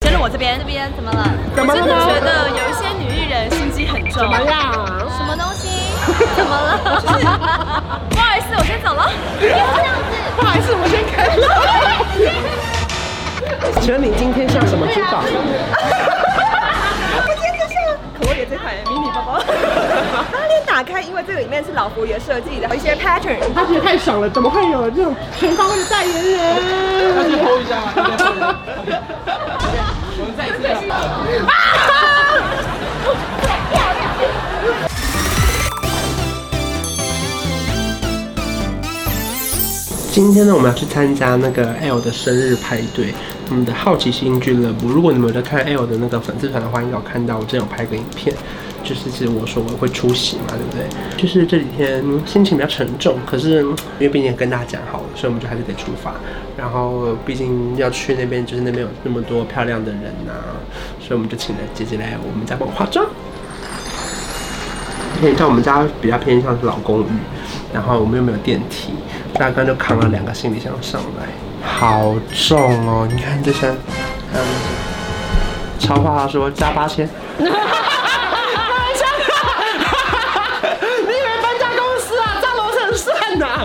这边，这边怎么了？怎么真了的觉呢？得有一些女艺人心机很重。怎么样？什么东西？ 怎么了？ 不好意思，我先走了。不好意思，我先开了。请问你今天上什么珠宝？啊我今天就像可我给这款迷你包 包，当天打开，因为这个里面是老佛爷设计的，有一些 pattern。他觉得太爽了，怎么会有这种全方位的代言人？他去偷一下吗？我们再次。今天呢，我们要去参加那个 L 的生日派对，我们的好奇心俱乐部。如果你们有在看 L 的那个粉丝团的话，应该有看到我之前有拍个影片，就是是我说我会出席嘛，对不对？就是这几天嗯心情比较沉重，可是嗯因为毕竟跟大家讲好了，所以我们就还是得出发。然后毕竟要去那边，就是那边有那么多漂亮的人呐、所以我们就请了姐姐来我们家帮我化妆。可以看我们家比较偏向是老公寓，然后我们又没有电梯，大概就扛了两个行李箱上来，好重哦！你看这箱，嗯，超话说加八千，你以为搬家公司啊？张罗成算呐、啊？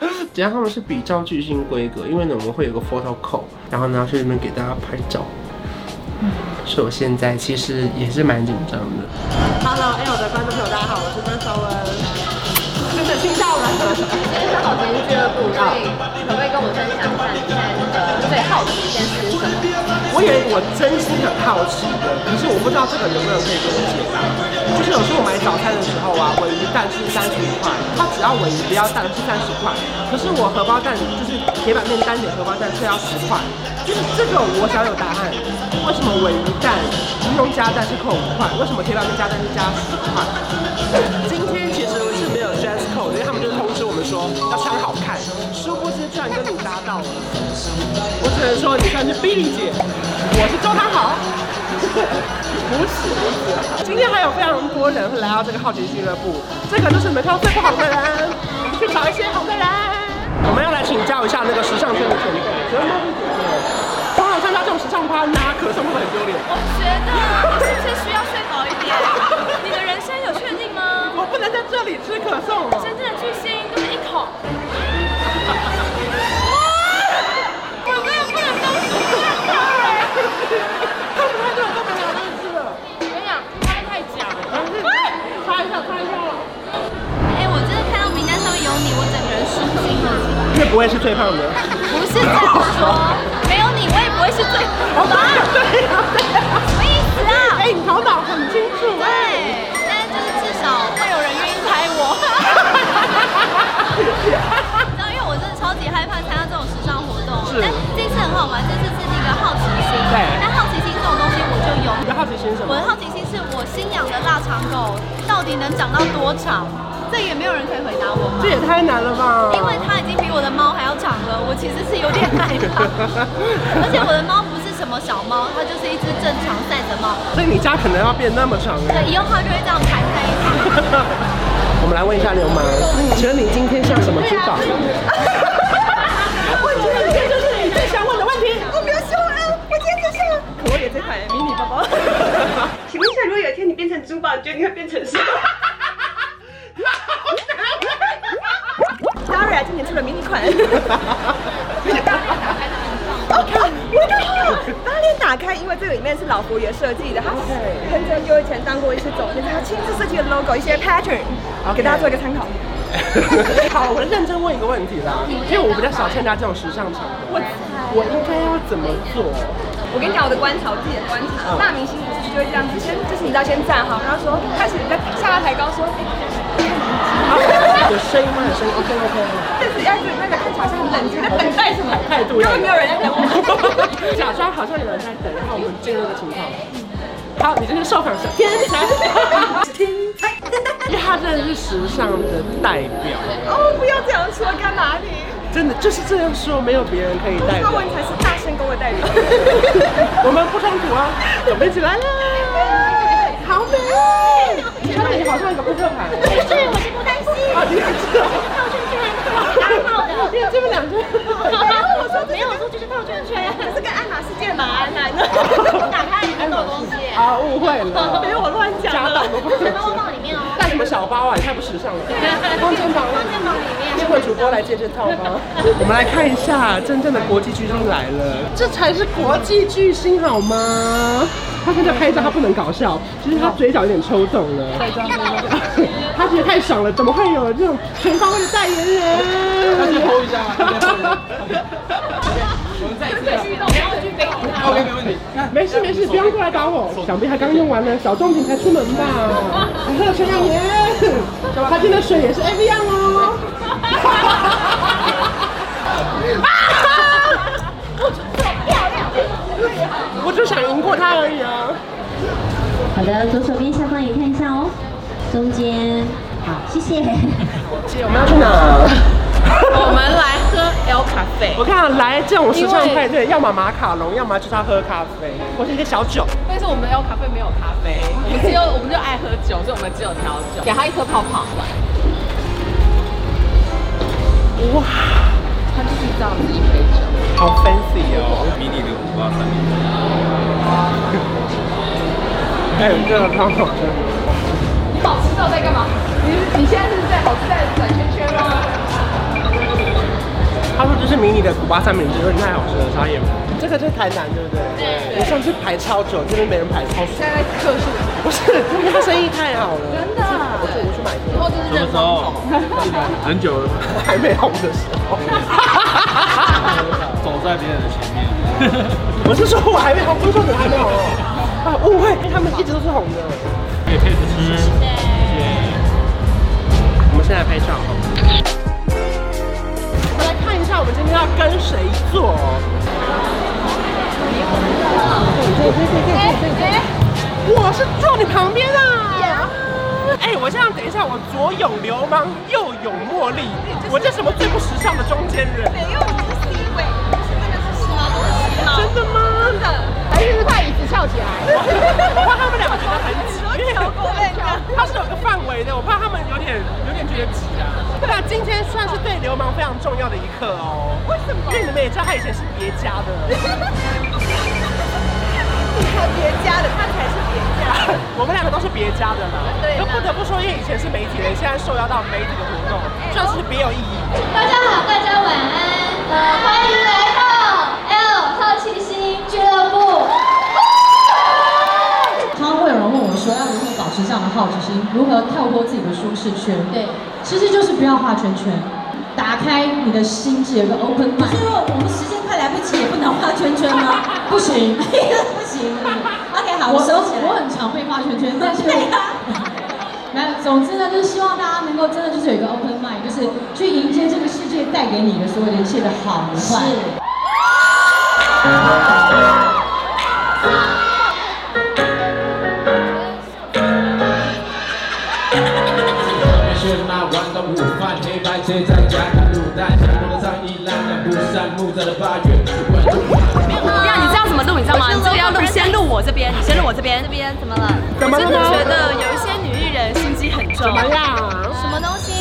等一下他们是比照巨星规格，因为呢我们会有个 photo call，然后呢去那边给大家拍照。所以我现在其实也是蛮紧张的。 Hello，哎，我的观众朋友，大家好，我是温韶文。真的听到了，今天是好奇心俱乐部，所以可不可以跟我分享一下你现在那个最好奇心是什么？我以为我真心很好奇的，可是我不知道这个能不能可以给我解答。就是有时候我买早餐的时候啊，尾鱼蛋是三十五块，它只要尾鱼不要蛋是三十块，可是我荷包蛋就是铁板面单点荷包蛋却要十块，就是这个我想有答案。为什么尾鱼蛋不用加蛋是扣五块？为什么铁板面加蛋是加十块？ 今天其实是没有 dress code，因为他们就是通知我们说要穿好看，殊不知居然跟你搭到了。我只能说你算是 Billy 姐，我是周汤豪。不是不是，今天还有非常多人会来到这个好奇心俱乐部，这个就是门票最不好的人，去找一些好的人。我们要来请教一下那个时尚圈的前辈，请问茉莉姐姐，通常参加这种时尚趴拿可颂会不会很丢脸？我觉得是不是需要睡饱一 点？你的人生有确定吗？我不能在这里吃可颂。真正的巨星都是一口。我没有不能东西。我跟你讲，拍太假了。 哎哎，我真的看到名单上面有你，我整个人舒心了。这不会是最胖的。不是这样说，没有你我也不会是最好的。啊什么意思啊？哎，你头脑很清楚。对，但是就是至少会有人愿意拍我。你知道，因为我真的超级害怕参加这种时尚活动，但这次很好玩，这次是那个好奇心。对但好奇心这种东西我就有。你的好奇心是什我么的？好奇心是我新养的腊肠狗到底能长到多长？这也没有人可以回答我吗？这也太难了吧！因为它已经比我的猫还要长了，我其实是有点害 怕。而且我的猫不是什么小猫，它就是一只正常 size 的猫，所以你家可能要变那么长 哎。对，以后它就会这样排在一起。 我们来问一 下流氓，请问你今天上什么珠宝？我觉得这就是你最想问的问题。我没有想啊，我今天就是可我也这款迷你包包。 请问一下，如果有一天你变成珠宝，你觉得你会变成 什么？Dara 今年出了迷你款。我看到了，把脸打开，因为这个里面是老佛爷设计的，他很久很久以前当过一些总监，他亲自设计的 logo，一些 pattern，给大家做一个参考。 好，我认真问一个问题啦，因为我比较少参加这种时尚场合，我我应该要怎么做？我跟你讲我的观察，我自己的观察，大明星不是就会这样子，先就是你知道先站好，然后说开始在下巴抬高说，哎啊有声音吗？有声音？OK OK。但是要是那个看起来像很冷静在等待 什么，态度要根本没有人在等我。 假装好像有人在等，然后我们进入这个情况。好，你这是受访者，天才。 因为他真的是时尚的代表，哦，不要这样说，干嘛你？真的就是这样说，没有别人可以代那表我。才是大声公的代表。我们不冲突啊，我们一起来啦！好美！你穿的你好像一个扑克牌。不是，我是不担心，啊，你也知道。套圈圈，打好的。因为这边两个。然后我说没有，我说就是套圈圈，啊这跟爱马仕见马安娜一样。 打 要啊误会了，没有我乱讲家的道都不在包 包里 面哦。带什么小包啊？也太不时尚了。放肩膀，放肩膀里面。这位主播来借这套吗？ 我们来看一下，真正的国际巨星来了，这才是国际巨星好吗？他现在拍照，他不能搞笑，其实他嘴角有点抽动 了。他觉得太爽了，怎么会有这种全方位的代言人？那去剖一下吧。 OK，没问题。没事没事，不用过来打我。想必他刚用完了小棕瓶才出门吧？还 喝了全两年，他今天的水也是 A B 样哦。我就想赢过他而已啊！好的，左手边下方也看一下哦，中间，好，谢谢。姐，我们要去哪？我们来喝 L 咖啡我，看来这种时尚派对，要么马卡龙，要么就是要喝咖啡，或是一些小酒。但是我们的 L 咖啡没有咖啡，我们只有我们就爱喝酒，所以我们只有调酒。给他一颗泡泡，哇，他就是这样子一杯酒。好 fancy 哦！迷你的五八三零。哎，这个汤好吃。你保持到在干嘛？你你现在是在保持在转圈圈吗？他说这是迷你的古巴三明治，有点太好吃了，傻眼。这个就是台南，对不对？对。我上次排超久，这边没人排，超爽。在克数，不是，他生意太好了，真的。我去 我去买一个，然后就是什么时候？很久了，还没红的时候。走在别人的前面。我是说我还没红，不是说你还没红哦。啊，误会，因为他们一直都是红的。可以配着吃。我们现在拍照。我们来看一下，我们今天要跟谁做。我是坐你旁边啊！哎，我这样等一下，我左有流氓，右有茉莉，我这什么最不时尚的中间人？因为我们是 C 位，真的是时髦，时髦。真的吗？真的，哎还是把椅子翘 起来。我怕他们两个觉得很挤，因为小狗在家它是有个范围的，我怕他们有点有点觉得挤啊。对啊，今天算是对流氓非常重要的一刻哦。为什么？因为你们也知道他以前是别家的。 他别家的，他才是别家。我们两个都是别家的啦，对啦都不得不说，因为以前是媒体人，现在受邀到媒体的活动，算是别有意义。大家好，大家晚安，呃，欢迎来到 L 好奇心俱乐部。常常会有人问我说，要如何保持这样的好奇心，如何跳脱自己的舒适圈？对，其实就是不要画圈圈，打开你的心智，有个 open mind。所以我们时间快来不及，也不能画圈圈吗？ 不行，不行。OK，好，我收起来。我很常会画圈圈，但是我 没有。总之呢，就是希望大家能够真的就是有一个 open mind，就是去迎接这个世界带给你的所有的一切的好与坏。喧闹玩到午饭，黑白切在夹个卤蛋，我的上一栏的不善木在的八月，观众不要，你知道怎么录，你知道吗？你这个要录，先录我这边，你先录我这边。这边怎么了？怎么了吗真的觉得有一些女艺人心机很重。怎么 呀什么东西？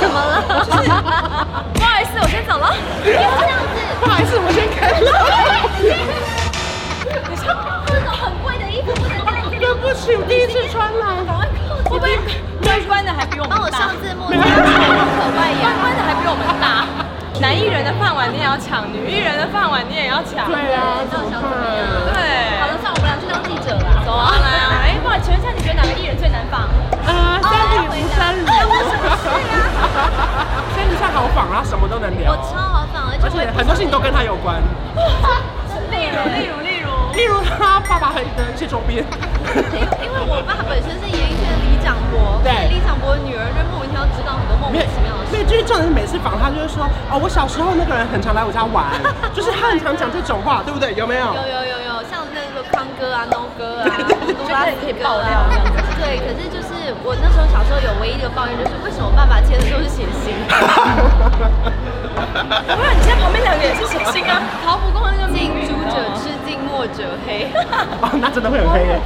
怎么了？ 不好意思，我先走了。不要这样子。不好意思，我先开了。 你说这种很贵的衣服不能带你对不起，我第一次穿来。会不会关关的还比我们帮我大上？ 字幕，你看起来很可爱关呀。关的还比我们大。男艺人的饭碗你也要抢，女艺人的饭碗你也要抢。对啊，怎么办？对。好了，算了，我们俩去当记者啦。走啊！哎，不好意思，请问一下，你觉得哪个艺人最难访？呃，三里不三里。哎我什么事呀 三里算好仿啊，什么都能我。聊超好仿，而且而我也且不很多事情都跟他有关，例如，例如，例如，例如他爸爸的一些周边。因为因为我爸本身是演艺圈的李长博，对所以李长博的女儿就莫名其妙知道很多莫没名有其妙的事。没有，就是重点是每次访他就会说，哦，我小时候那个人很常来我家玩， 就是他很常讲这种话，对不对？有没 有？有有有有，像那个康哥 啊、No 哥啊、杜觉得拉斯你可以哥爆料啊这样子。对，可是就是我那时候小时候有唯一的抱怨就是，为什么爸爸贴的都是血 型？不然你现在旁边两个也是谐星啊。 逃不过那个近朱者赤，近墨者黑。哦，那真的会很黑耶，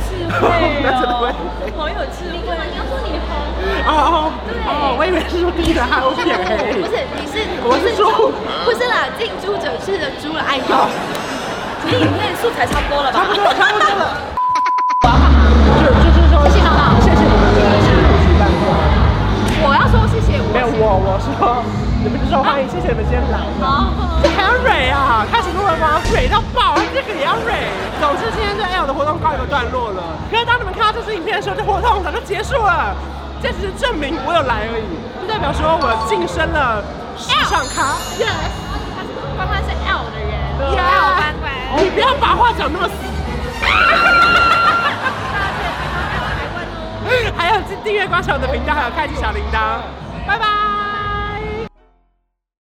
那真的会很黑。好有智慧。你要说你红， 哦哦哦，我以为是说跟着他会变黑。不是，你是我你是猪，不是啦，近朱者赤的猪了，哎呦，你影片素材差不多了吧？ 差不多了，差不多了。我你们先来了。还要蕊啊，开始录了吗？蕊到爆，这个也要蕊。总之今天这 L 的活动告一个段落了。可是当你们看到这支影片的时候，这活动早就结束了。这只是证明我有来而已，不代表说我晋升了时尚咖。Yes，关关是 L 的人 Yeah ，L 关关。你不要把话讲那么死。 还有订阅关注我的频道，还有开启小铃铛。拜拜。